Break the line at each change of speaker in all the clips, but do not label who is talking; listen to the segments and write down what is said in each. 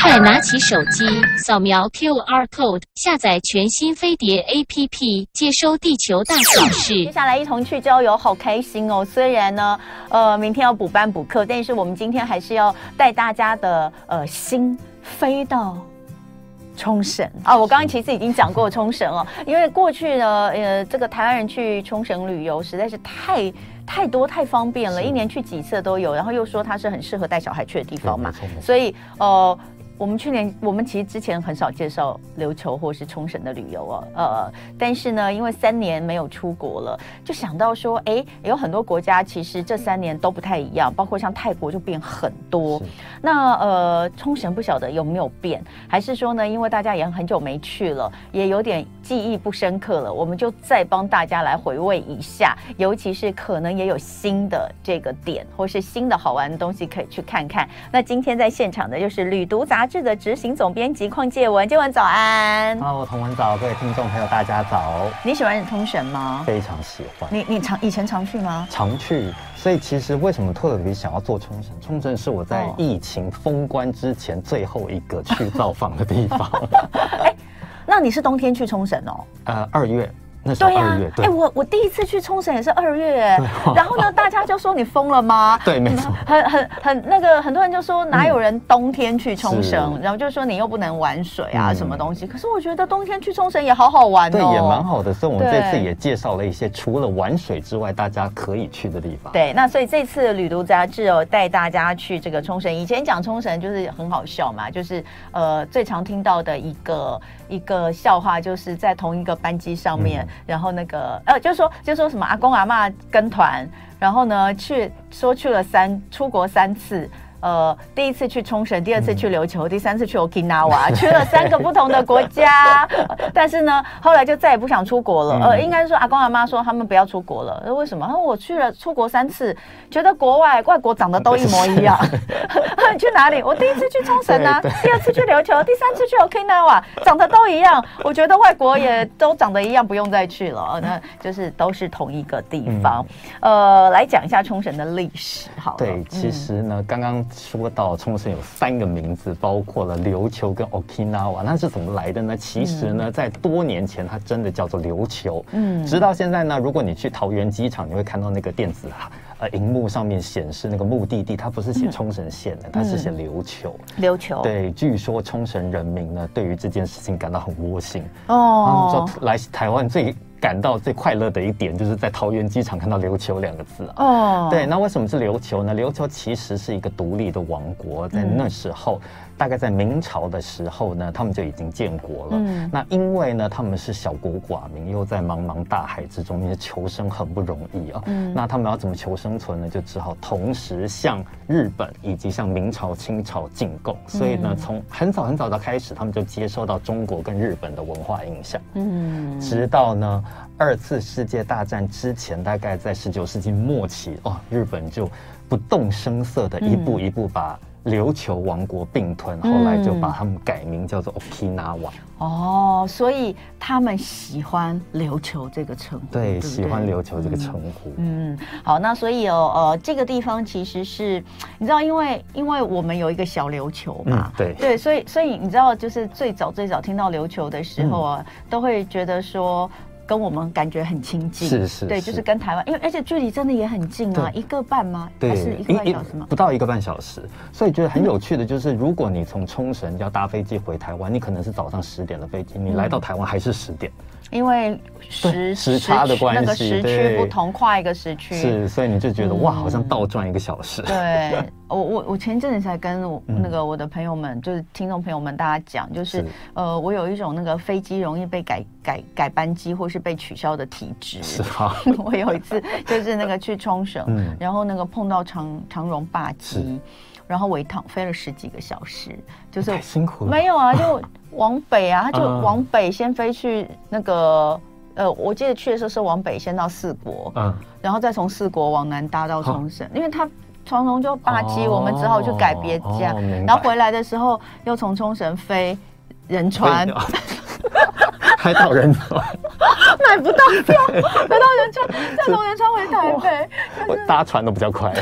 快拿起手机，扫描 QR code，下载全新飞碟 APP，接收地球大小
接
事。
下来一同去郊游，好开心哦！虽然呢，呃，明天要补班补课，但是我们今天还是要带大家的呃心飞到。冲绳啊，我刚刚其实已经讲过冲绳哦，因为过去呢，呃，这个台湾人去冲绳旅游实在是太太多太方便了，一年去几次都有，然后又说它是很适合带小孩去的地方嘛
对没错没，错
所以呃。我们去年，我们其实之前很少介绍琉球或是冲绳的旅游哦，呃，但是呢，因为三年没有出国了，就想到说，哎，有很多国家其实这三年都不太一样，包括像泰国就变很多
是，
那呃，冲绳不晓得有没有变，还是说呢，因为大家也很久没去了，也有点记忆不深刻了，我们就再帮大家来回味一下，尤其是可能也有新的这个点，或是新的好玩的东西可以去看看。那今天在现场的就是《旅读》杂志的执行总编辑邝介文，介文早安。
哈喽，同文早，各位听众朋友，大家早，
你喜欢冲绳吗？
非常喜欢，
你你常以前常去吗？
常去。所以其实为什么特别想要做冲绳？冲绳是我在
哦
疫情封关之前最后一个去造访的地方。
那你是冬天去冲绳哦？
呃，二月，那时候
对呀、哎
二月，对、哎
我我第一次去冲绳也是二月，然后呢，大家就说你疯了吗？
对，没错。
很很很那个，很多人就说哪有人冬天去冲绳，
嗯是
然后就说你又不能玩水啊，
嗯
什么东西。可是我觉得冬天去冲绳也好好玩哦，
对，也蛮。好的。所以我们
对
这次也介绍了一些除了玩水之外，大家可以去的地方。
对，那所以这次旅途杂志哦，带大家去这个冲绳。以前讲冲绳就是很好笑嘛，就是呃最常听到的一个一个笑话，就是在同一个班机上面，
嗯
然后那个呃就说就说什么阿公阿嬷跟团，然后呢去说去了三出国三次。呃，第一次去冲绳，第二次
嗯
去琉球，第三次去 Okinawa，去了三个不同的国家。 但是呢，后来就再也不想出国了。
嗯
呃，应该是说阿公阿妈说他们不要出国了，呃为什么？他说我去了出国三次，觉得国外外国长得都一模一样。你 去哪里？我第一次去冲绳啊，
对
第二次去琉球，第三次去 Okinawa，长得都一样。我觉得外国也都长得一样，不用再去了。呃那就是都是同一个地
嗯
方。呃，来讲一下冲绳的历史好了。
对，其
嗯
实呢，刚刚说到冲绳有三个名字，包括了琉球跟 Okinawa，那是怎么来的呢？其实呢，在多年前，它真的叫做琉球。
嗯
嗯，直到现在呢，如果你去桃园机场，你会看到那个电子啊。呃，荧幕上面显示那个目的地，它不是写冲绳县
嗯
的，它是写琉球。
琉球。
对，据说冲绳人民呢，对于这件事情感到很窝心。他们
哦
说来台湾最感到最快乐的一点，就是在桃园机场看到琉球两个字啊。
哦，
对，那为什么是琉球呢？琉球其实是一个独立的王国，在那时候，大概在明朝的时候呢，他们就已经建国了。
嗯
那因为呢，他们是小国寡民，又在茫茫大海之中，你是求生很不容易啊、
嗯
那他们要怎么求生存呢？就只好同时向日本以及向明朝、清朝进贡。所以呢，
嗯
从很早很早的开始，他们就接受到中国跟日本的文化影响。
嗯
直到呢二次世界大战之前，大概在十九世纪末期，哦，日本就不动声色的一步一步把琉球王国并吞，
嗯
后来就把他们改名叫做 Okinawa。
哦，所以他们喜欢琉球这个称呼，
对，
不
喜欢琉球这个称呼。
嗯，好，那所以哦，呃，这个地方其实是，你知道，因为因为我们有一个小琉球嘛
嗯，对
对，所以所以你知道，就是最早最早听到琉球的时候
嗯
啊，都会觉得说。跟我们感觉很亲近，
是是
对，
是
就是跟台湾，因为而且距离真的也很近啊，
对
一个半吗？还是一个半小时吗？
不到一个半小时，所以觉得很有趣的就是，如果你从冲绳要搭飞机回台湾，你可能是早上十点的飞机，你来到台湾还是十点，
因为时
对时差的
区那个
关系
时区
对
不同，跨一个时区
是，所以你就觉得哇，
嗯
好像倒转一个小 时。
对我我我前一阵子才跟我
嗯
那个我的朋友们，就是听众朋友们大家讲，就是
是
呃，我有一种那个飞机容易被改改改班机或是被取消的体质。
是啊，
我有一次就是那个去冲绳，
嗯
然后那个碰到长长荣霸机
是，
然后我一趟飞了十几个小时，就是
太辛苦了。
没有啊，就往北啊，他就
嗯
往北先飞去那个。呃，我记得去的时候是往北先到四国，
嗯，
然后再从四国往南搭到冲绳，因为它从龙就霸机，
哦
我们只好去改别家
哦明白，
然后回来的时候又从冲绳飞仁川
哎哦 所以，还到人头，
买不到票，买到人车，再从仁川回台 北，
我搭船都比较 快。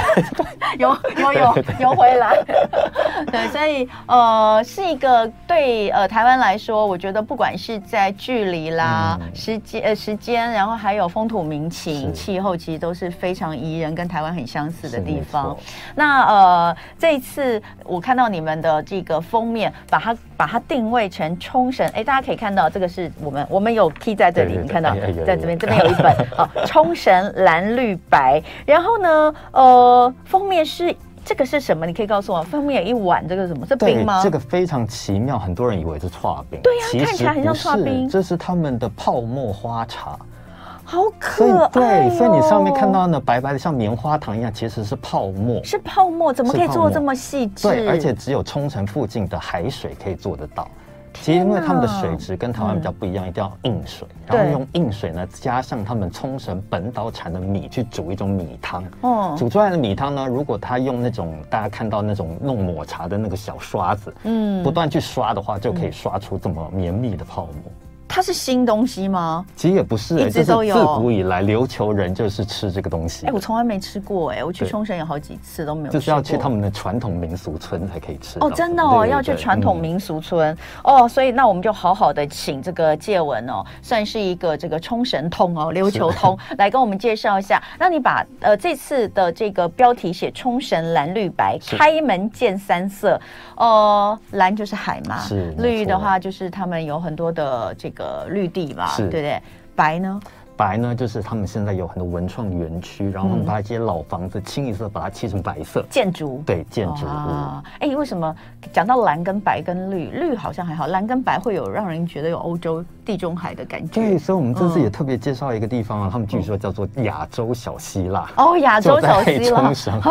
游游游游回来。 对，所以呃，是一个对呃台湾来说，我觉得不管是在距离啦、
嗯
时间、呃时间，然后还有风土民情、
是
气候，其实都是非常宜人，跟台湾很相似的
是没
地方
错。
那呃，这一次我看到你们的这个封面，把它把它定位成冲绳，哎，大家可以看到这个是我们我们有 key 在这里，
对对
你
对
看到
哎哎有
在
有
这边
有
这边有一 本哦，冲绳蓝绿白，然后呢，呃，封面是。这个是什么？你可以告诉我，封面有一碗，这个是什么？是冰吗？
这个非常奇妙，很多人以为是刨冰，
对呀
其实
看起来很像
不是
刨冰
这是他们的泡沫花茶。
好
所
可
以
爱、哦、哦
对，所以你上面看到的白白的像棉花糖一样，其实是泡沫。
是泡沫，怎么可以
是泡
做
沫
这么细致？
对，而且只有冲绳附近的海水可以做得到。其实因为他们的水质跟台湾比较不一样，一定要硬水，
嗯对
然后用硬水呢加上他们冲绳本岛产的米去煮一种米汤。
哦
煮出来的米汤呢，如果他用那种大家看到那种弄抹茶的那个小刷子，
嗯
不断去刷的话，就可以刷出这么绵密的泡沫。
它是新东西吗？
其实也不是、
一
欸，
直
就是
都有
自古以来琉球人就是吃这个东西
哎、，我从来没吃过哎、我去
对
冲绳有好几次都没有吃过。
就是要去他们的传统民俗村才可以吃到。
哦，真的哦，
对对
要去
对
传统
嗯
民俗村、哦，所以那我们就好好的请这个介文哦，算是一个这个冲绳通哦，琉球通 来跟我们介绍一下。那你把呃这次的这个标题写冲绳蓝绿白，
是
开门见山色，呃，蓝就是海嘛，
是
绿
没错
的话就是他们有很多的这个绿地嘛，
是
对不对？白呢？
白呢，就是他们现在有很多文创园区，然后他们把一些老房子清一色，把它漆成白色。
建筑。
对，建筑物。
哇，哎、为什么讲到蓝跟白跟绿，绿好像还好，蓝跟白会有让人觉得有欧洲地中海的感觉。
对，所以我们这次也特别介绍一个地方啊，他们据说叫做亚洲小希腊。
哦，嗯亚洲
就
小
在
希腊
冲。绳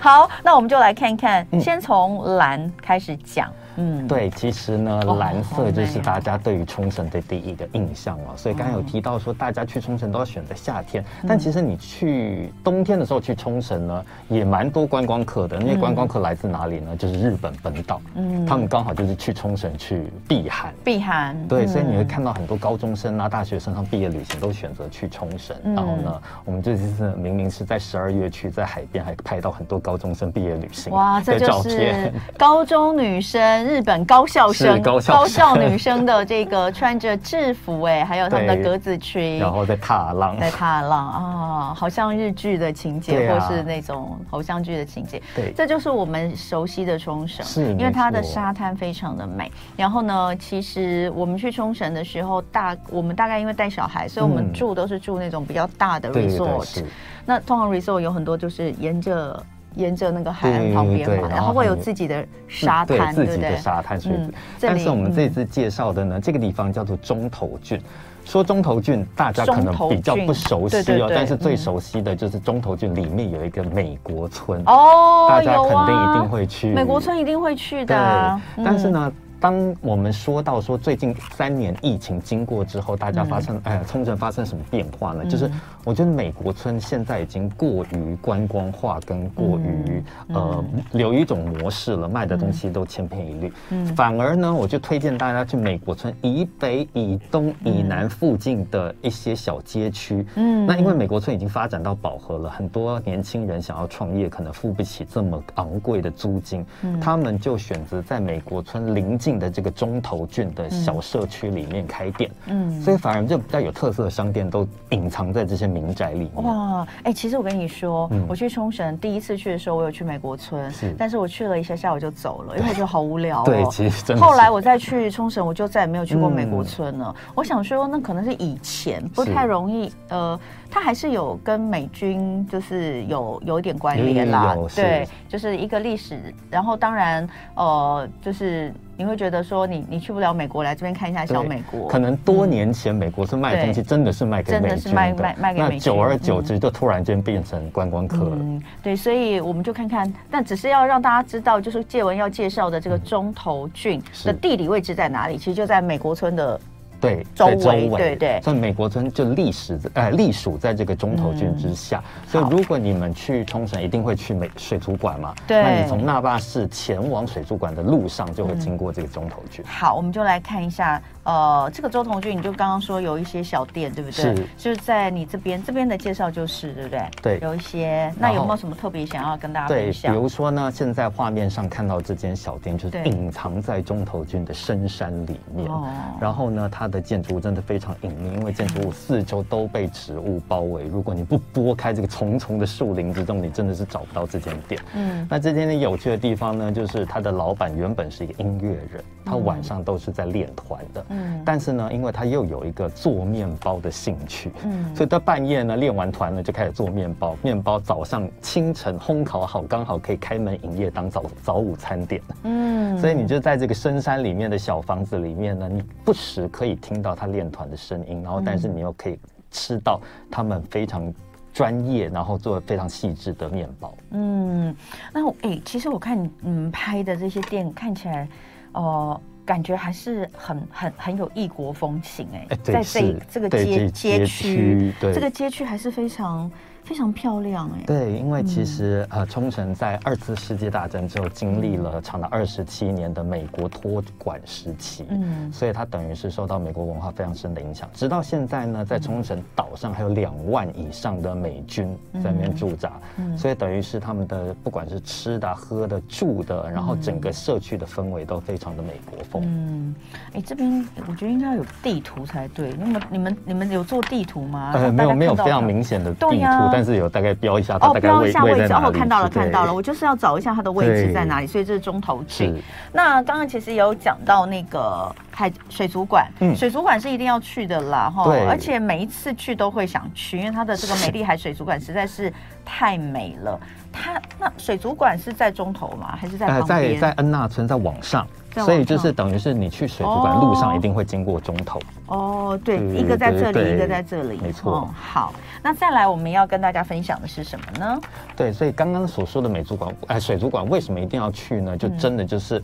好，那我们就来看看，先从蓝开始讲。嗯，
对，其实呢
哦，
蓝色
好
就
美
是
啊嗯
大家对于冲绳的第一个印象哦。所以刚才有提到说，大家去冲绳都要选择夏天，但其实你去冬天的时候去冲绳呢，也蛮多观光客的。那
嗯
些观光客来自哪里呢？就是日本本岛，他们刚好就是去冲绳去避寒。
避寒。
对，所以你会
嗯
看到很多高中生啊、大学生上毕业旅行都选择去冲绳。
嗯
然后呢，我们这次明明是在十二月去，在海边还拍到很多高中生毕业旅行
哇，这
的
就
照
是
片。
高中女生，日本高校生，
是高校生
女生的这个穿着制服，哎，还有他们的
对
格子裙，
然后在踏 浪，
在踏浪啊、好像日剧的情节，
对啊
或是那种偶像剧的情节。
对
这就是我们熟悉的冲绳，
是
因为它的
没错
沙滩非常的美。然后呢，其实我们去冲绳的时候，大我们大概因为带小孩，所以我们
嗯
住都是住那种比较大的
对对对
resort
是。。
那通常 resort 有很多就是沿着。沿着那个海岸
对
旁边
对
嘛，
然后
然后会有
很
自己的沙
嗯对
滩，对
自
不
己的
对？
沙滩水
嗯
子。
这
但
里
是我们这次介绍的呢，这个地方叫做中头郡。说中头郡，大家可
中头
能比较
郡
不熟悉
对对
哦，
对
但是最
嗯
熟悉的就是中头郡里面有一个美国村，
哦
大，家
有
肯定一定
啊，
会去。
美国村一定会去的
对
啊。，
但是
嗯
呢。当我们说到说最近三年疫情经过之后，大家发生、
嗯
哎，冲绳发生什么变化呢？就是我觉得美国村现在已经过于观光化，跟过
嗯
于、呃有一种模式了，卖的东西都千篇一律。
嗯
反而呢，我就推荐大家去美国村以北、以东、以南附近的一些小街区。
嗯
那因为美国村已经发展到饱和了，很多年轻人想要创业，可能付不起这么昂贵的租金，
嗯
他们就选择在美国村邻近的这个中头郡的小社区里面开店。
嗯
所以反而就比较有特色的商店都隐藏在这些民宅里面。
哇，哎、其实我跟你说，
嗯
我去冲绳第一次去的时候，我有去美国村，
是
但是我去了一下下我就走了，因为我觉得好无聊、哦。
对其实真的是
后来我再去冲绳，我就再也没有去过美国村了。
嗯
我想说，那可能是以前不太容易，呃，它还是有跟美军就是有有一点关联啦
有有，有
对
是，
就是一个历史。然后当然，呃，就是你会觉得说你，你去不了美国，来这边看一下小
对
美国，
可能多年前美国村卖的东西真的是卖给
嗯真的
美
是
军
卖卖卖给美
那
军
久而久
嗯
之就突然间变成观光客了。
嗯，对，所以我们就看看，但只是要让大家知道，就是介文要介绍的这个中头郡的
是
地理位置在哪里，其实就在美国村的
对
周
对周
围
围
对对
所以美国村就历史呃隶属在这个中头郡之下，
嗯
所以如果你们去冲绳，一定会去美水族馆嘛。
对
那你从那霸市前往水族馆的路上，就会经过这个中头郡。
好，我们就来看一下，呃，这个周同俊，你就刚刚说有一些小店，对不对？
是
就是在你这边，这边的介绍就是，对不对？
对
有一些。那有没
然
有
后
什么特别想要跟大家
对，
分
比
享？
如说呢，现在画面上看到这间小店，就是
对
隐藏在中头郡的深山里面。
哦
然后呢，它的建筑物真的非常隐秘，因为建筑物四周都被植物包围，如果你不拨开这个重重的树林之中，你真的是找不到这间店。
嗯，
那这间店有趣的地方呢，就是他的老板原本是一个音乐人，他晚上都是在练团的。
嗯
嗯，但是呢，因为他又有一个做面包的兴趣，
嗯
嗯，所以他半夜呢练完团呢就开始做面包，面包早上清晨烘烤好，刚好可以开门营业当早早午餐店。
嗯
所以你就在这个深山里面的小房子里面呢，你不时可以听到他练团的声音，然后但是你又可以吃到他们非常专业，然后做的非常细致的面包。
嗯，那我诶、其实我看你嗯拍的这些店看起来，哦、感觉还是很很很有异国风情哎、
哎对
在这一
是
这个
对
街
这街
区
区，对
这个街区还是非常非常漂亮哎、
对，因为其实、
嗯
呃，冲绳在二次世界大战之后经历了长达二十七年的美国托管时期，
嗯
所以它等于是受到美国文化非常深的影响。直到现在
嗯
呢，在冲绳岛上还有两万以上的美军
嗯
在那边驻扎，所以等于是他们的不管是吃的、喝的、住的，然后整个社区的氛围都非常的美国风。
嗯，哎、这边我觉得应该要有地图才对。你们、你们、你们有做地图吗？
呃，
让大家
没有没有
看到
非常
它
明显的地
对
图，
呀
但是有大概标一下它
哦，
大概
标
位
一下位
在
置，
哪里。
哦，看到了，
对
看到了，我就是要找一下它的位置
对
在哪里，所以这是中头郡
是。
那刚刚其实有讲到那个海水族馆，
嗯
水族馆是一定要去的啦，哈，
对
而且每一次去都会想去，因为它的这个美丽海水族馆实在是太美了。它那水族馆是在中头吗？还是在
呃，
旁
在
边？
在恩纳村，在往上，
在往
所以就
上
是等于是你去水族馆路
哦
上一定会经过中头。
哦，对，
对
一个在
嗯对
这里，
对
一个在这里，
没错
哦好，那再来我们要跟大家分享的是什么呢？
对，所以刚刚所说的美术馆，哎，水族馆为什么一定要去呢？
嗯
就真的就是。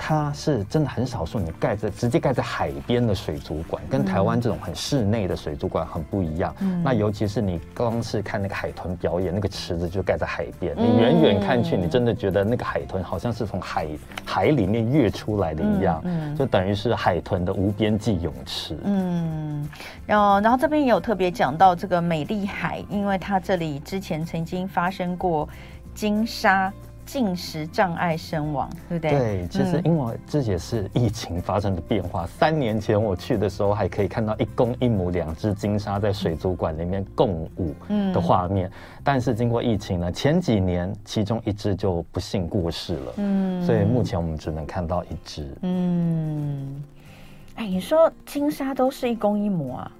它是真的很少数，你盖在直接盖在海边的水族馆，跟台
嗯
湾这种很室内的水族馆很不一样。那尤其是你光是看那个海豚表演，那个池子就盖在海边，你远远看去，
嗯
你真的觉得那个海豚好像是从海海里面跃出来的一样，
嗯嗯
就等于是海豚的无边际泳池。
嗯，然后然后这边也有特别讲到这个美丽海，因为它这里之前曾经发生过金沙进食障碍身亡，对不对？
对，其实
嗯
因为这也是疫情发生的变化。三年前我去的时候，还可以看到一公一母两只金鲨在水族馆里面共舞
嗯
的画面，但是经过疫情呢，前几年其中一只就不幸过世了，
嗯
所以目前我们只能看到一只。
嗯，哎，你说金沙都是一公一母啊？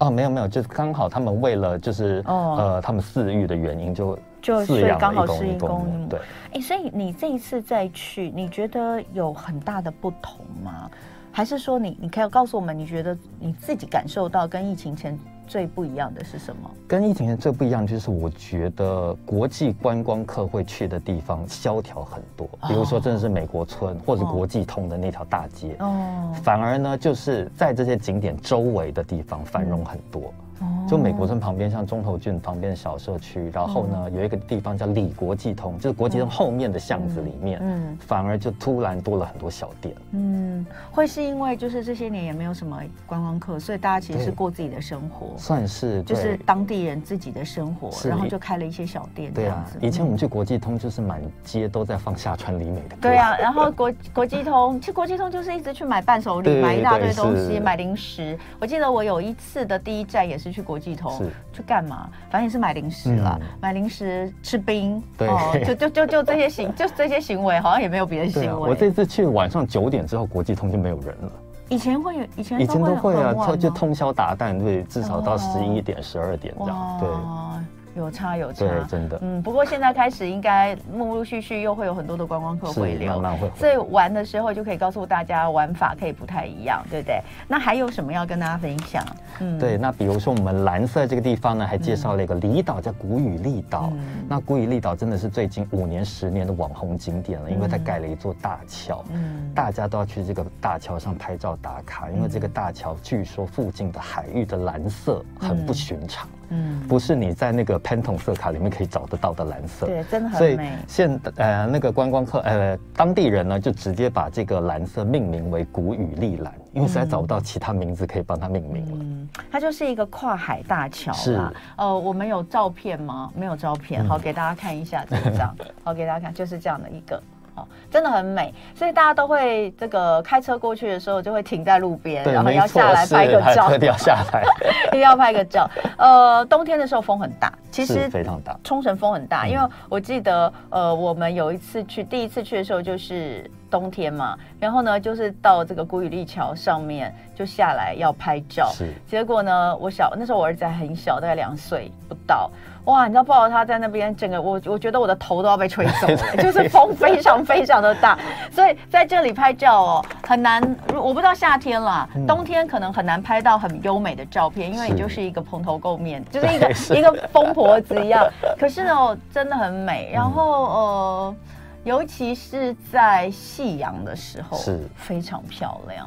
哦，没有没有，就是刚好他们为了就是、
哦
呃他们饲育的原因就
就所以
饲养
刚好
了一
是
公
一
一公
公一
母
母
对。
哎，所以你这一次再去，你觉得有很大的不同吗？还是说你你可以告诉我们，你觉得你自己感受到跟疫情前最不一样的是什么？
跟疫情前最不一样，就是我觉得国际观光客会去的地方萧条很多，比如说真的是美国村或者国际通的那条大街，
哦，
反而呢就是在这些景点周围的地方繁荣很多。
嗯
就美
哦
国村旁边，像中头郡旁边的小社区，然后
嗯
呢有一个地方叫里国际通，就是国际通后面的巷子里面，
嗯嗯
反而就突然多了很多小店。
嗯，会是因为就是这些年也没有什么观光客，所以大家其实是
对
过自己的生活，
算是
就是
对
当地人自己的生活，
是
然后就开了一些小店这
对
样
啊
子。，
以前
嗯
我们去国际通就是满街都在放下川里美的歌。
对啊，然后国国际通，其实国际通就是一直去买伴手礼，
对
买一大堆
对
东西，
是
买零食。我记得我有一次的第一站也是去国际通
是，
去干嘛？反正也是买零食啦，
嗯
买零食、吃冰，哦
对
就就就就这些行，就这些行为，好像也没有别的行
对
为。
啊，我这次去晚上九点之后，国际通就没有人了。
以前哎会有，以前
以前都会啊，
很晚
就就
吗
通宵达旦，对，至少
哦
到十一点、十二点这样。对，
哇，有差有差
对，，真的、
嗯，不过现在开始应该陆陆续续又会有很多的观光客
是
回流
慢。慢会回
所以玩的时候就可以告诉大家玩法可以不太一样，对不对？那还有什么要跟大家分享？嗯，
对，那比如说我们蓝色这个地方呢，还介绍了一个离岛叫古雨利岛。
嗯
那古雨利岛真的是最近五年、十年的网红景点了，因为它盖了一座大桥，
嗯
大家都要去这个大桥上拍照打卡，因为这个大桥据说附近的海域的蓝色很不寻常，
嗯，
不是你在那个 Pantone 色卡里面可以找得到的蓝色。
对，真的
所
很
以
美。
现呃那个观光客呃当地人呢，就直接把这个蓝色命名为古雨丽蓝，因为实在找不到其他名字可以帮它命名了。
嗯，它就是一个跨海大桥
是嗯
啦。呃，我们有照片吗？没有照片，好，给大家看一下这一 张，好，给大家看，就是这样的一个。哦，真的很美，所以大家都会这个开车过去的时候就会停在路边，
对，
然后
没
要
错，
下来
是
拍个
还
照
特，地要下来，
一定要拍个照。呃，冬天的时候风很大，其实
是非常嗯大。
冲绳风很大，因为我记得，呃，我们有一次去，第一次去的时候就是冬天嘛，然后呢，就是到这个古雨立桥上面就下来要拍照，
是
结果呢，我小那时候我儿子还很小，大概两岁不到，哇，你知道抱着他在那边，整个我我觉得我的头都要被吹走 了，就是风非常非常的大，所以在这里拍照哦很难，如我不知道夏天啦，
嗯
冬天可能很难拍到很优美的照片，因为你
是
就是一个蓬头垢 面，就是一
对
个
是
一个疯婆子一样。 可是呢，真的很
嗯
美，然后呃。尤其是在夕阳的时候，
是
非常漂亮。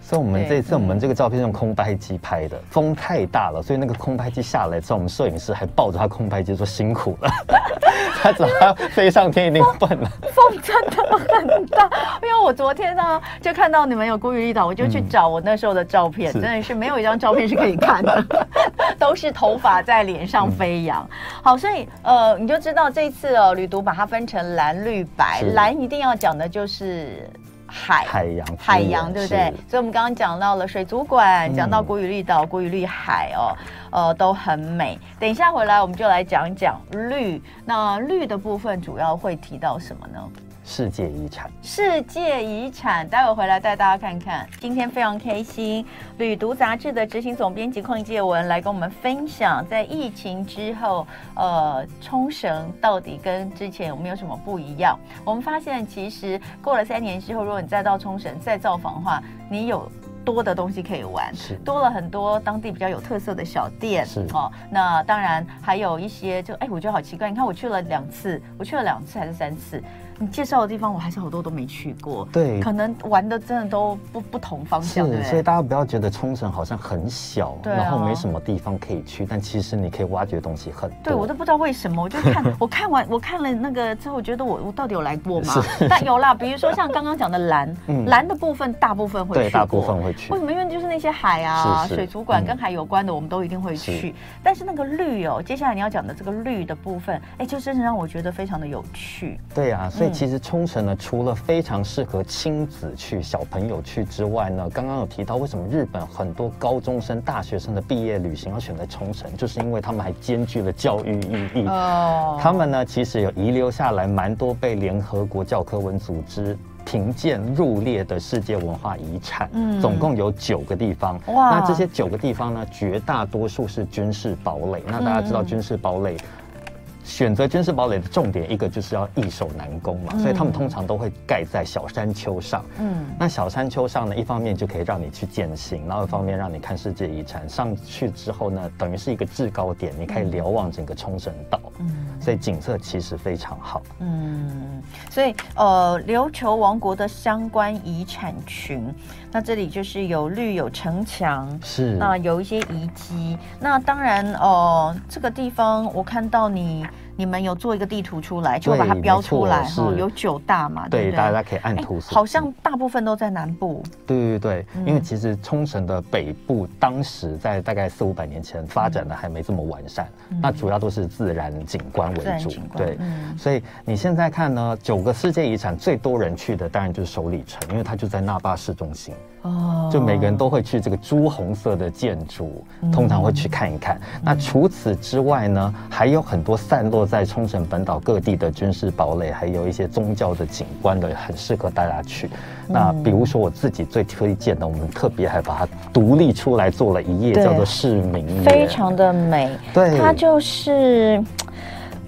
所以，我们
对
这次我
嗯
们这个照片是用空拍机拍的，风太大了，所以那个空拍机下来之后，我们摄影师还抱着他空拍机说辛苦 了，他怎么飞上天一定笨了。
风真的很大，因为我昨天呢、就看到你们有孤屿立岛，我就去找我那时候的照片，
是
真的是没有一张照片是可以看的， 都是头发在脸上飞扬。
嗯
好，所以呃，你就知道这次哦，旅途把它分成蓝、绿、白
是，
蓝一定要讲的就是海。
海洋，
海洋，对不对？所以我们刚刚讲到了水族馆，
嗯
讲到国语绿岛、国语绿海哦，呃，都很美。等一下回来我们就来讲讲绿。那绿的部分主要会提到什么呢？
是？世界遗产，
世界遗产，待会回来带大家看看。今天非常开心，《旅读》杂志的执行总编辑邝介文来跟我们分享，在疫情之后，呃，冲绳到底跟之前有没有什么不一样？我们发现，其实过了三年之后，如果你再到冲绳再造访的话，你有多的东西可以玩。
是
多了很多当地比较有特色的小店
是
哦。那当然还有一些就，哎，我觉得好奇怪，你看我去了两次，我去了两次还是三次，你介绍的地方我还是好多都没去过，
对
可能玩的真的都不不同方向，对
嗯是，
不
所以
对？
大家不要觉得冲绳好像很小，
对啊
然后没什么地方可以去，但其实你可以挖掘的东西很多。
对，我都不知道为什么，我就 看我看完我看了那个之后，我觉得我我到底有来过吗？但有啦，比如说像刚刚讲的蓝，
嗯
蓝的部分大部分会
对
去
大部
过
分会去
为。什么？因为就是那些海啊、
是是
水族馆
嗯
跟海有关的，我们都一定会去。但是那个绿哦，接下来你要讲的这个绿的部分，哎，就真的让我觉得非常的有趣。
对啊，所以
嗯
其实冲绳呢，除了非常适合亲子去、小朋友去之外呢，刚刚有提到为什么日本很多高中生、大学生的毕业旅行要选择冲绳，就是因为他们还兼具了教育意义。
哦
他们呢，其实有遗留下来蛮多被联合国教科文组织评鉴入列的世界文化遗产，
嗯
总共有九个地方。
哇
那这些九个地方呢，绝大多数是军事堡垒。那大家知道
嗯
军事堡垒。选择军事堡垒的重点，一个就是要易守难攻嘛，所以他们通常都会盖在小山丘上。
嗯，
那小山丘上呢，一方面就可以让你去践行，然后一方面让你看世界遗产。上去之后呢，等于是一个制高点，你
嗯
可以瞭望整个冲绳岛。所以景色其实非常好。
嗯，所以呃，琉球王国的相关遗产群，那这里就是有绿有城墙。
是
那有一些遗迹，那当然，哦，这个地方我看到你你们有做一个地图出来，就把它
对
标
没错
出来
是
哈，有九大嘛，对
对，
不对？
大家可以按
哎
图索骥、
好像大部分都在南部，
对对对，因
嗯
为其实冲绳的北部当时在大概四五百年前发展的还没这么完善，那主要都是自然景
嗯
观
自然
为主
景。观
对，
嗯
所以你现在看呢，九个世界遗产最多人去的当然就是首里城，因为它就在那霸市中心。
哦嗯
就每个人都会去这个朱红色的建筑，通常会去看一看。那除此之外呢，还有很多散落在冲绳本岛各地的军事堡垒，还有一些宗教的景观的，很适合大家去。
嗯
那比如说我自己最推荐的，我们特别还把它独立出来做了一页，
对
叫做市民园，
非常的美，
对，
它就是。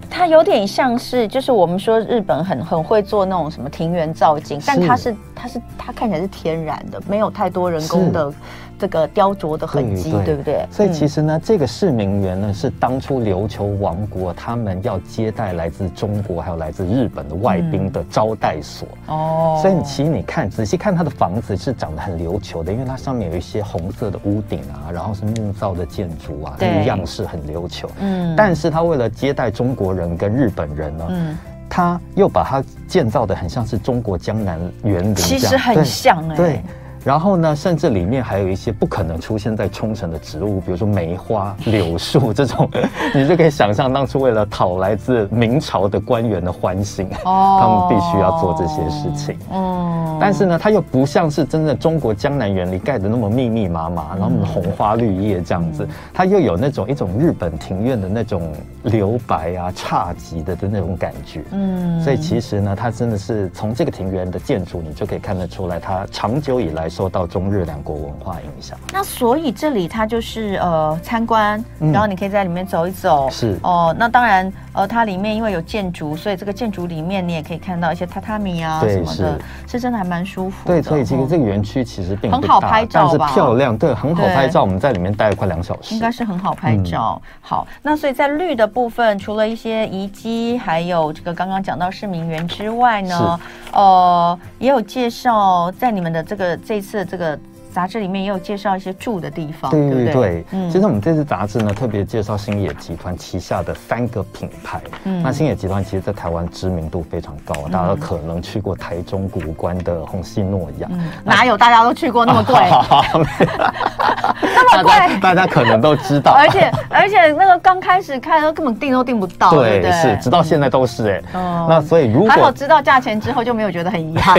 它有点像是，就是我们说日本很很会做那种什么庭园造景，但
是
它是它是它看起来是天然的，没有太多人工
是
的这个雕琢的痕迹，
对
对不对？
所以其
实
实呢，这个市民园呢是当初琉球王国他们要接待来自中国还有来自日本的外
嗯
宾的招待所。
哦
所以你其实你看仔细看它的房子是长得很琉球的，因为它上面有一些红色的屋顶啊，然后是木造的建筑啊，那
对
个样式很琉球。
嗯
但是它为了接待中国人跟日本人呢，
嗯，
它又把它建造的很像是中国江南园林这
其
样，
实很
对
像哎、
对，然后呢，甚至里面还有一些不可能出现在冲绳的植物，比如说梅花、柳树这种， 你就可以想象当初为了讨来自明朝的官员的欢心，
哦
他们必须要做这些事情。
嗯
但是呢，它又不像是真的中国江南园里盖的那么密密麻麻，
嗯
然后红花绿叶这样子，它又有那种一种日本庭院的那种留白啊、侘寂的的那种感觉。
嗯
所以其实呢，它真的是从这个庭园的建筑，你就可以看得出来，它长久以来受到中日两国文化影响。
那所以这里它就是呃参观，
嗯
然后你可以在里面走一走。
是
哦、那当然呃它里面因为有建筑，所以这个建筑里面你也可以看到一些榻榻米啊
对
什么的
是，
是真的还蛮舒服的。
对，所以其实
哦
这个园区其实并不
很好
大
拍照吧
但是漂亮，对，很好
对
拍照。我们在里面待了快两小时，
应该是很好拍照。好，那所以在绿的部分，除了一些遗迹，还有这个刚刚讲到市民园之外呢，呃，也有介绍在你们的这个这一次的这个杂志里面也有介绍一些住的地方，
对
不
对
对？
对，
嗯
其实我们这次杂志呢，特别介绍星野集团旗下的三个品牌。
嗯
那星野集团其实，在台湾知名度非常高，大家都可能去过台中古关的红系诺亚。
嗯 哪有大家都去过那么贵？
啊 那么贵，大家可能都 知道。
而且而且那个刚开始看都根本订都订不到，对不
对，
对？
是，直到现在都是哎。
哦
那所以如
还好
果
知道价钱之后就没有觉得很遗憾。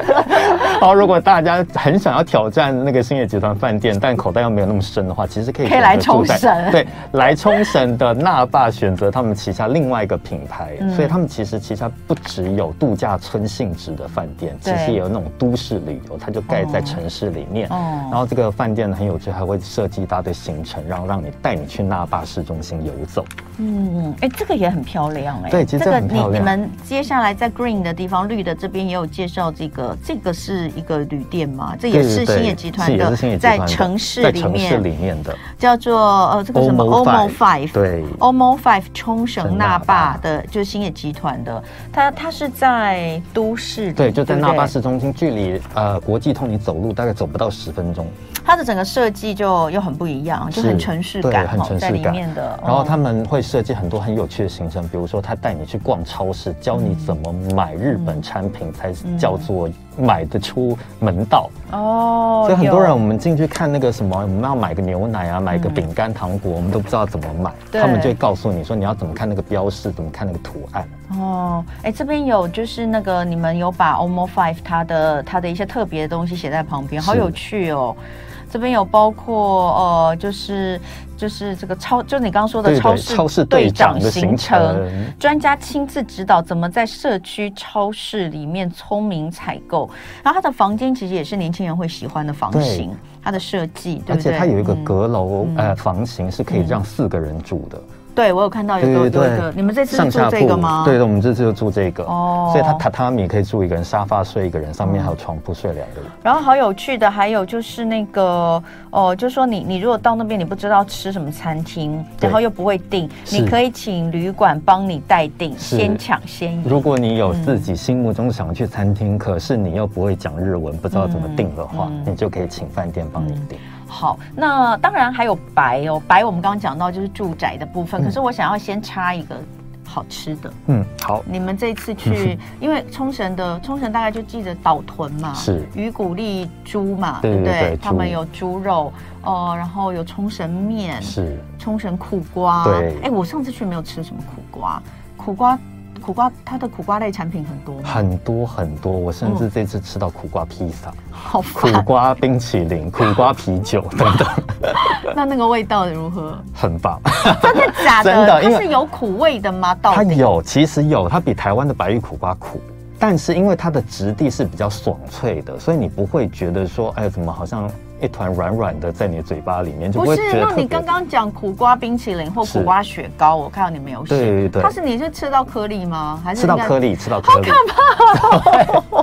好，如果大家很想要挑战那个星野集团饭店，但口袋又没有那么深的话，其实可以
可以
选择
来冲
住在
绳
对， 来冲绳的那霸选择他们旗下另外一个品牌，嗯所以他们其实旗下不只有度假村性质的饭店，其
对
实也有那种都市旅游，它就盖在
哦
城市里面。
哦
然后这个饭店很有趣，还会设计一大堆行程，然后让你带你去那霸市中心游走。
嗯，哎、这个也很漂亮哎、
对其实
这个
很漂
你
亮
你们接下来在 green 的地方，绿的这边也有介绍这个，这个是一个旅店嘛，这也是
对对对
星野集团
是也
的，
是星野集
在
团的
城市
在
里
城市
面
里面的
叫做呃这个什么
OMO
OMO Five，
对。
OMO Five 冲绳
冲绳
那
那
霸
霸
的，就是星野集团的，它它是在都市里，
对，就在
不
那
对
霸市中心，距离呃国际通你走路大概走不到十分钟。
它的整个设计就又很不一样，就是很城市
对
感
很
哦
城
在
市
里
感
面的。哦
然后他
们
们会设计很多很有趣的行程，比如说他带你去逛超市，教你怎么买日本产品才叫做买得出门道。
哦，
所以很多
有
人我们进去看那个什么，我们要买个牛奶啊，买个饼干、糖果，我们都不知道怎么买，
对
他们就会告诉你说你要怎么看那个标识，怎么看那个图案。
哦，哎，这边有就是那个你们有把 OMO Five 它的它的一些特别的东西写在旁边，好
是
有趣哦。这边有包括呃，就是就是这个超，就是你刚刚说的
对
超
对，
市
超市队长的行程。
专家亲自指导怎么在社区超市里面聪明采购。然后它的房间其实也是年轻人会喜欢的房
对
型，它的设计，对
而
不对？
且它有一个
嗯
阁楼、呃房型是可以让四个人住的，
对我有看到有一个
对对
有一个，你们这次是
上
做
下
这个
铺
吗？
对对，我们这次就住这个，
哦嗯
所以它榻榻米可以住一个人，沙发睡一个人，上面还有床铺睡两个人。
然后好有趣的还有就是那个哦、就说你你如果到那边你不知道吃什么餐厅，
对
然后又不会订，
是
你可以请旅馆帮你代订，
是
先抢先赢。
如果你有自
嗯
己心目中想去餐厅，可是你又不会讲日文，不知道怎么订的话，
嗯嗯嗯
你就可以请饭店帮你订。
好，那当然还有白哦，白我们刚刚讲到就是住宅的部分，
嗯
可是我想要先插一个好吃的。
嗯，好，
你们这次
嗯
去，因为冲绳的冲绳大概就记得岛屯嘛，
是
鱼骨力猪嘛，
对
不
对对
他们
猪
有猪肉哦、然后有冲绳面，
是
冲绳苦瓜。
对
哎，我上次去没有吃什么苦瓜，苦瓜。苦瓜它的苦瓜类产品很多吗？
很多很多，我甚
嗯
至这次吃到苦瓜披 萨、
好
苦
烦，
瓜冰淇淋、苦瓜啤酒等等，
那那个味道如何？
很棒。
真的假的？
真的因
它
为
是有苦味的吗？到
它
底
有，其实有，它比台湾的白玉苦瓜苦，但是因为它的质地是比较爽脆的，所以你不会觉得说，哎，怎么好像一团软软的在你的嘴巴里面，就
不
会
是
觉？得
那
特别
你刚刚讲苦瓜冰淇淋或
是
苦瓜雪糕，我看到你没有写，
对对对
它是你是吃到颗粒吗？还是
吃到
应该
颗？粒，吃到颗粒，好可怕、哦！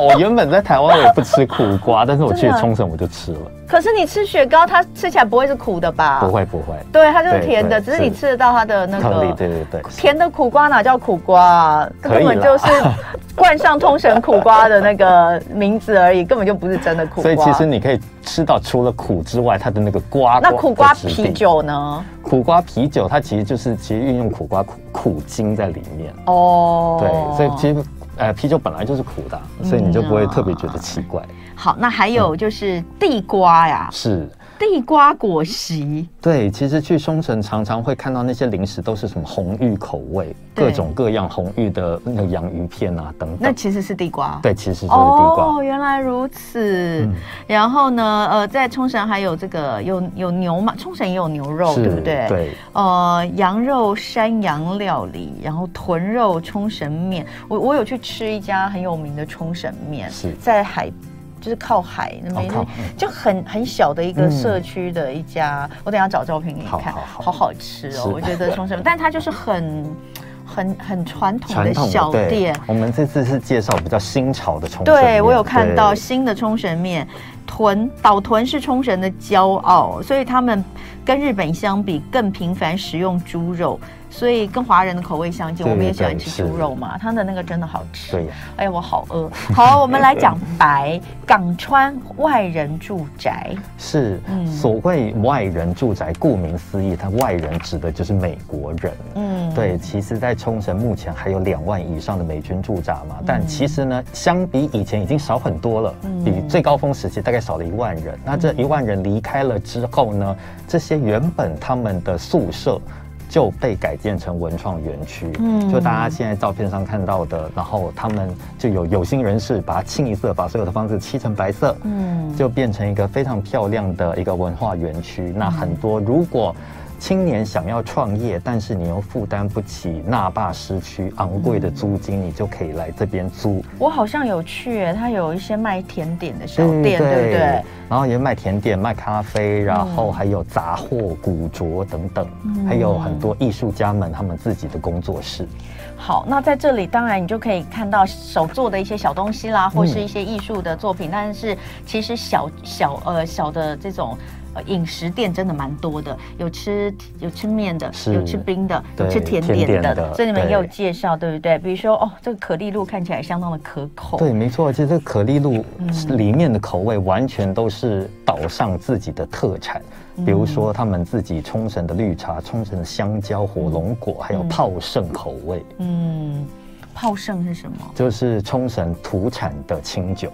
我原本在台湾我也不吃苦瓜，但是我去
真的
冲绳我就吃 了，
可是你吃雪糕，它吃起来不会是苦的吧？
不，会不会，
对，它就是
对
甜的，
对
只是你
是
吃得到它的啊那
颗粒，
个。
对对对，
甜的苦瓜哪叫苦瓜、啊？
可以啦
根本就是冠上通神苦瓜的那个名字而已，根本就不是真的苦瓜。
所以其实你可以吃到除了苦之外，它的那个瓜。
那苦瓜
的质地
啤，酒呢？
苦瓜啤酒它其实就是其实运用苦瓜苦苦精在里面。
哦，嗯
对，所以其实呃啤酒本来就是苦的啊，所以你就不会特别觉得奇怪。
好，那还有就是地瓜呀，
是。
地瓜果昔，
对，其实去冲绳常常会看到那些零食都是什么红玉口味，
对
各种各样红玉的那个洋芋片啊等
那
等。
其实是地瓜。
对，其实就是地瓜。
哦，原来如此。
嗯
然后呢，呃，在冲绳还有这个有有牛嘛，冲绳也有牛肉，
是
哦对不对？。
对，
呃，羊肉山羊料理，然后豚肉冲绳面，我我有去吃一家很有名的冲绳面，
是
在海。就是靠海那边
哦靠嗯
就很很小的一个
嗯
社区的一家，我等一下找照片给你
好
看，
好好
吃
是
哦！我觉得冲绳，但它就是很很很传统的
传统的
小
对
店，。
我们这次是介绍比较新潮的冲绳面。
对，我有看到
对
新的冲绳面，豚岛豚是冲绳的骄傲，所以他们跟日本相比更频繁食用猪肉，所以跟华人的口味相近。
对
我们也喜欢
对
吃
是
猪肉嘛，他们的那个真的好吃。
对呀，
哎呀，我好饿。好，我们来 讲白港川外人住宅，
是
嗯
所谓外人住宅，顾名思义，它外人指的就是美国人。
嗯，
对，其实，在冲绳目前还有两万以上的美军驻扎嘛，
嗯
但其实呢，相比以前已经少很多了，比最高峰时期大概少了一万人。那这一万人离开了之后呢，这些原本他们的宿舍。就被改建成文创园区，
嗯
就大家现在照片上看到的，然后他们就有有心人士把它清一色，把所有的房子漆成白色，
嗯，
就变成一个非常漂亮的一个文化园区。
嗯
那很多如果青年想要创业，但是你又负担不起那霸市区昂贵的租金，你就可以来这边租
我好像有去耶，它有一些卖甜点的小
嗯
店，对不对？？
然后也卖甜点、卖咖啡，然后还有杂货、古着等等，
嗯
还有很多艺术家们他们自己的工作室。
好，那在这里当然你就可以看到手做的一些小东西啦，或
嗯
是一些艺术的作品，但是其实小小呃小的这种。呃，饮食店真的蛮多的，有吃有吃面的，
是
有吃冰的，有
对
吃甜点的，
甜点的
所以你们也
对
有介绍，对不对？比如说哦，这个可丽露看起来相当的可口，
对，没错，其实可丽露里面的口味完全都是岛上自己的特产，比如说他们自己冲绳的绿茶、冲绳的香蕉、火龙果，还有泡盛口味，
嗯，泡盛是什么？
就是冲绳土产的清酒。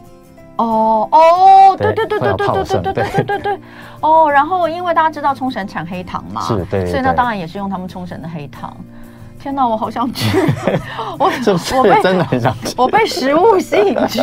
哦哦，对
对
对对
会
对对
有
对
泡
对
盛
对对对对对，哦，然后因为大家知道冲绳产黑糖嘛，
是对
所以那
对
当然也是用他们冲绳的黑糖。天哪，我好想 去， 我
是不是
我被
真的很想吃？
我被食物吸引去，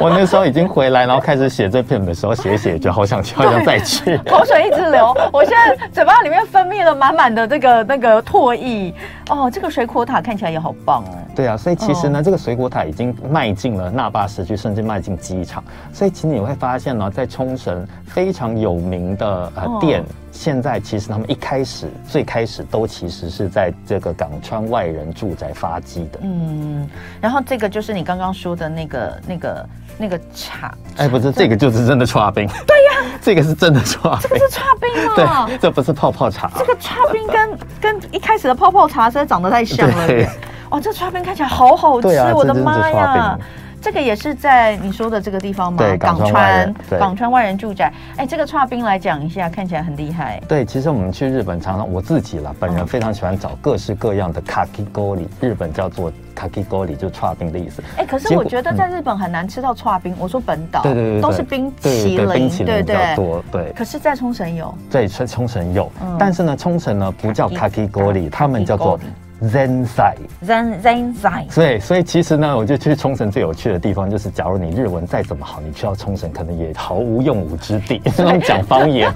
我那时候已经回来，然后开始写这篇的时候，写一写就好想去，好想再去。
口水一直流，我现在嘴巴里面分泌了满满的这个那个唾液。哦，这个水果塔看起来也好棒哦。
对啊，所以其实呢，这个水果塔已经迈进了那霸市区，甚至迈进机场。所以其实你会发现呢，在冲绳非常有名的
哦
呃店，现在其实他们一开始最开始都其实是在这个港川外人住宅发迹的。
嗯，然后这个就是你刚刚说的那个那个那个茶，
哎，不是，这个就是真的刷冰。对呀、 这个是真的刷冰。
这差冰啊。
对，这不是泡泡茶。
这个刨冰跟跟一开始的泡泡茶实在长得太像了。
对
哦，这刨冰看起来好好吃，
对啊
我的
这真是
妈
刨
呀
冰！
这个也是在你说的这个地方吗？
对港川外人对
港川外人住宅。哎，这个刨冰来讲一下，看起来很厉害。
对，其实我们去日本常常我自己
嗯
啦，本人非常喜欢找各式各样的 kakigori，日本叫做 kakigori，就是刨冰的意思。
哎，可是
结
我
果嗯
觉得在日本很难吃到刨冰。我说本岛，
对对对对，
哦都是冰淇
对
淋，
对冰淇淋比较多，对。
可是，在冲绳有
对，冲冲绳有
嗯，
但是呢，冲绳呢不叫
Kaki-
kakigori，他们叫做
kakigori
Zensai。
Zen Zen Zen，
对，所以其实呢，我就去冲绳最有趣的地方就是，假如你日文再怎么好，你去到冲绳可能也毫无用武之地， 这种讲方言。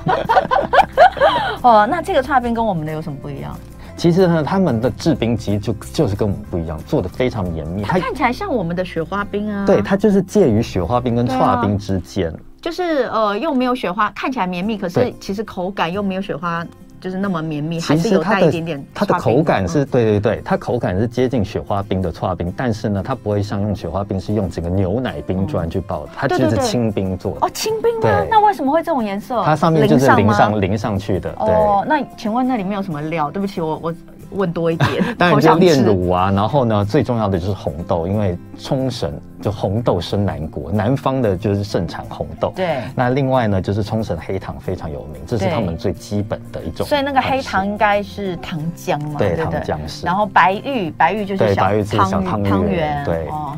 哦，那这个差冰跟我们的有什么不一样？
其实呢，他们的制冰机就就是跟我们不一样，做的非常严密。它
看起来像我们的雪花冰啊，
对，它就是介于雪花冰跟刨冰之间。
就是呃又没有雪花，看起来绵密，可是
对
其实口感又没有雪花就是那么绵密，还
其
是
实
有
它
带
的
一点点
它的
刨冰
口感是
嗯
对对对，它口感是接近雪花冰的刨冰，但是呢，它不会像用雪花冰是用整个牛奶冰砖去爆的，它
对
就
对
是
对
清冰做的
哦，清冰吗
对？
那为什么会这种颜色？
它上面就是
吗
淋上淋上去的。对，，
哦，那请问那里面有什么料？对不起，我我问多一点
当然
好
就
想吃
炼乳啊，然后呢，最重要的就是红豆，因为冲绳就红豆生南国，南方的就是盛产红豆。
对。
那另外呢，就是冲绳黑糖非常有名，这是
对
他们最基本的一种。
所以那个黑糖。应该是糖浆嘛，
对
不
糖浆是
然后白玉，白玉就是
对
小
白玉是小
汤
汤圆对
哦，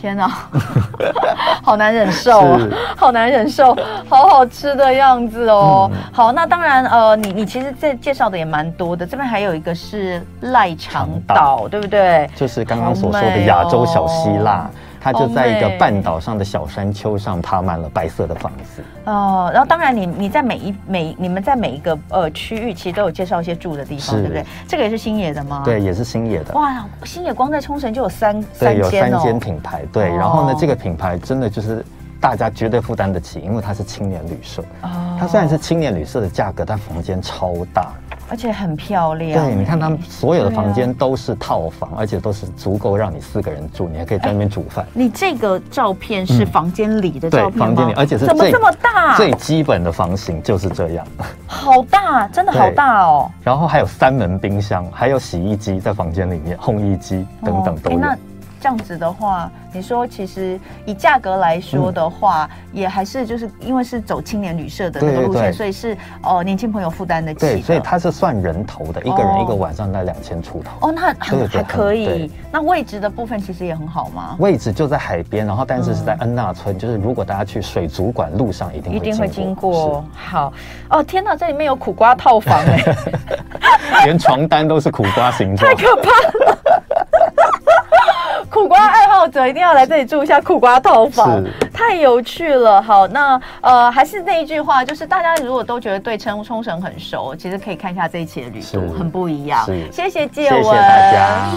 天哪， 好难忍受啊
是，
好难忍受，好好吃的样子哦。
嗯
好，那当然，呃，你你其实这介绍的也蛮多的，这边还有一个是赖长
长
岛，对不对？
就是刚刚所说的亚洲小希腊，它就在一
好哦
个
美
半岛上的小山丘上爬满了白色的房子。
哦，然后当然你，你在每一每你们在每一个呃区域，其实都有介绍一些住的地方，
是
对不对？这个也是新野的吗？。
对，也是星野的。
哦哇，新野光在冲绳就有三
对，有
间
三
哦，
间品牌。对，
哦
然后呢，这个品牌真的就是大家绝对负担得起，因为它是青年旅社。
哦
它虽然是青年旅社的价格，但房间超大。
而且很漂亮。欸
对，你看他们所有的房间都是套房，而且都是足够让你四个人住，你还可以在那边煮饭。
你这个照片是房间里的照片吗？
嗯房间里，而且是
怎么
最
这么大？
最基本的房型就是这样。
好大，真的好大哦。
然后还有三门冰箱，还有洗衣机在房间里面，烘衣机等等
哦
都
诶
有。
那这样子的话，你说其实以价格来说的话，也还是就是因为是走青年旅社的那个
对对
路线，
对
所以是呃年轻朋友负担得起的。
对，所以它是算人头的，一个
哦
人一个晚上在两千出头。
哦，那很
对对
还可以
对。
那位置的部分其实也很好嘛，
位置就在海边，然后但是是在
嗯
恩纳村，就是如果大家去水族馆路上一定
一
会
定会经
过
过。好哦，天哪，这里面有苦瓜套房 哎、
是，连床单都是苦瓜形状。
苦瓜爱好者一定要来这里住一下苦瓜套房
是，
太有趣了。好，那呃，还是那一句话，就是大家如果都觉得对冲冲绳很熟，其实可以看一下这一期的旅
是
途，很不一样。
是
谢谢介
谢
文，
谢大家。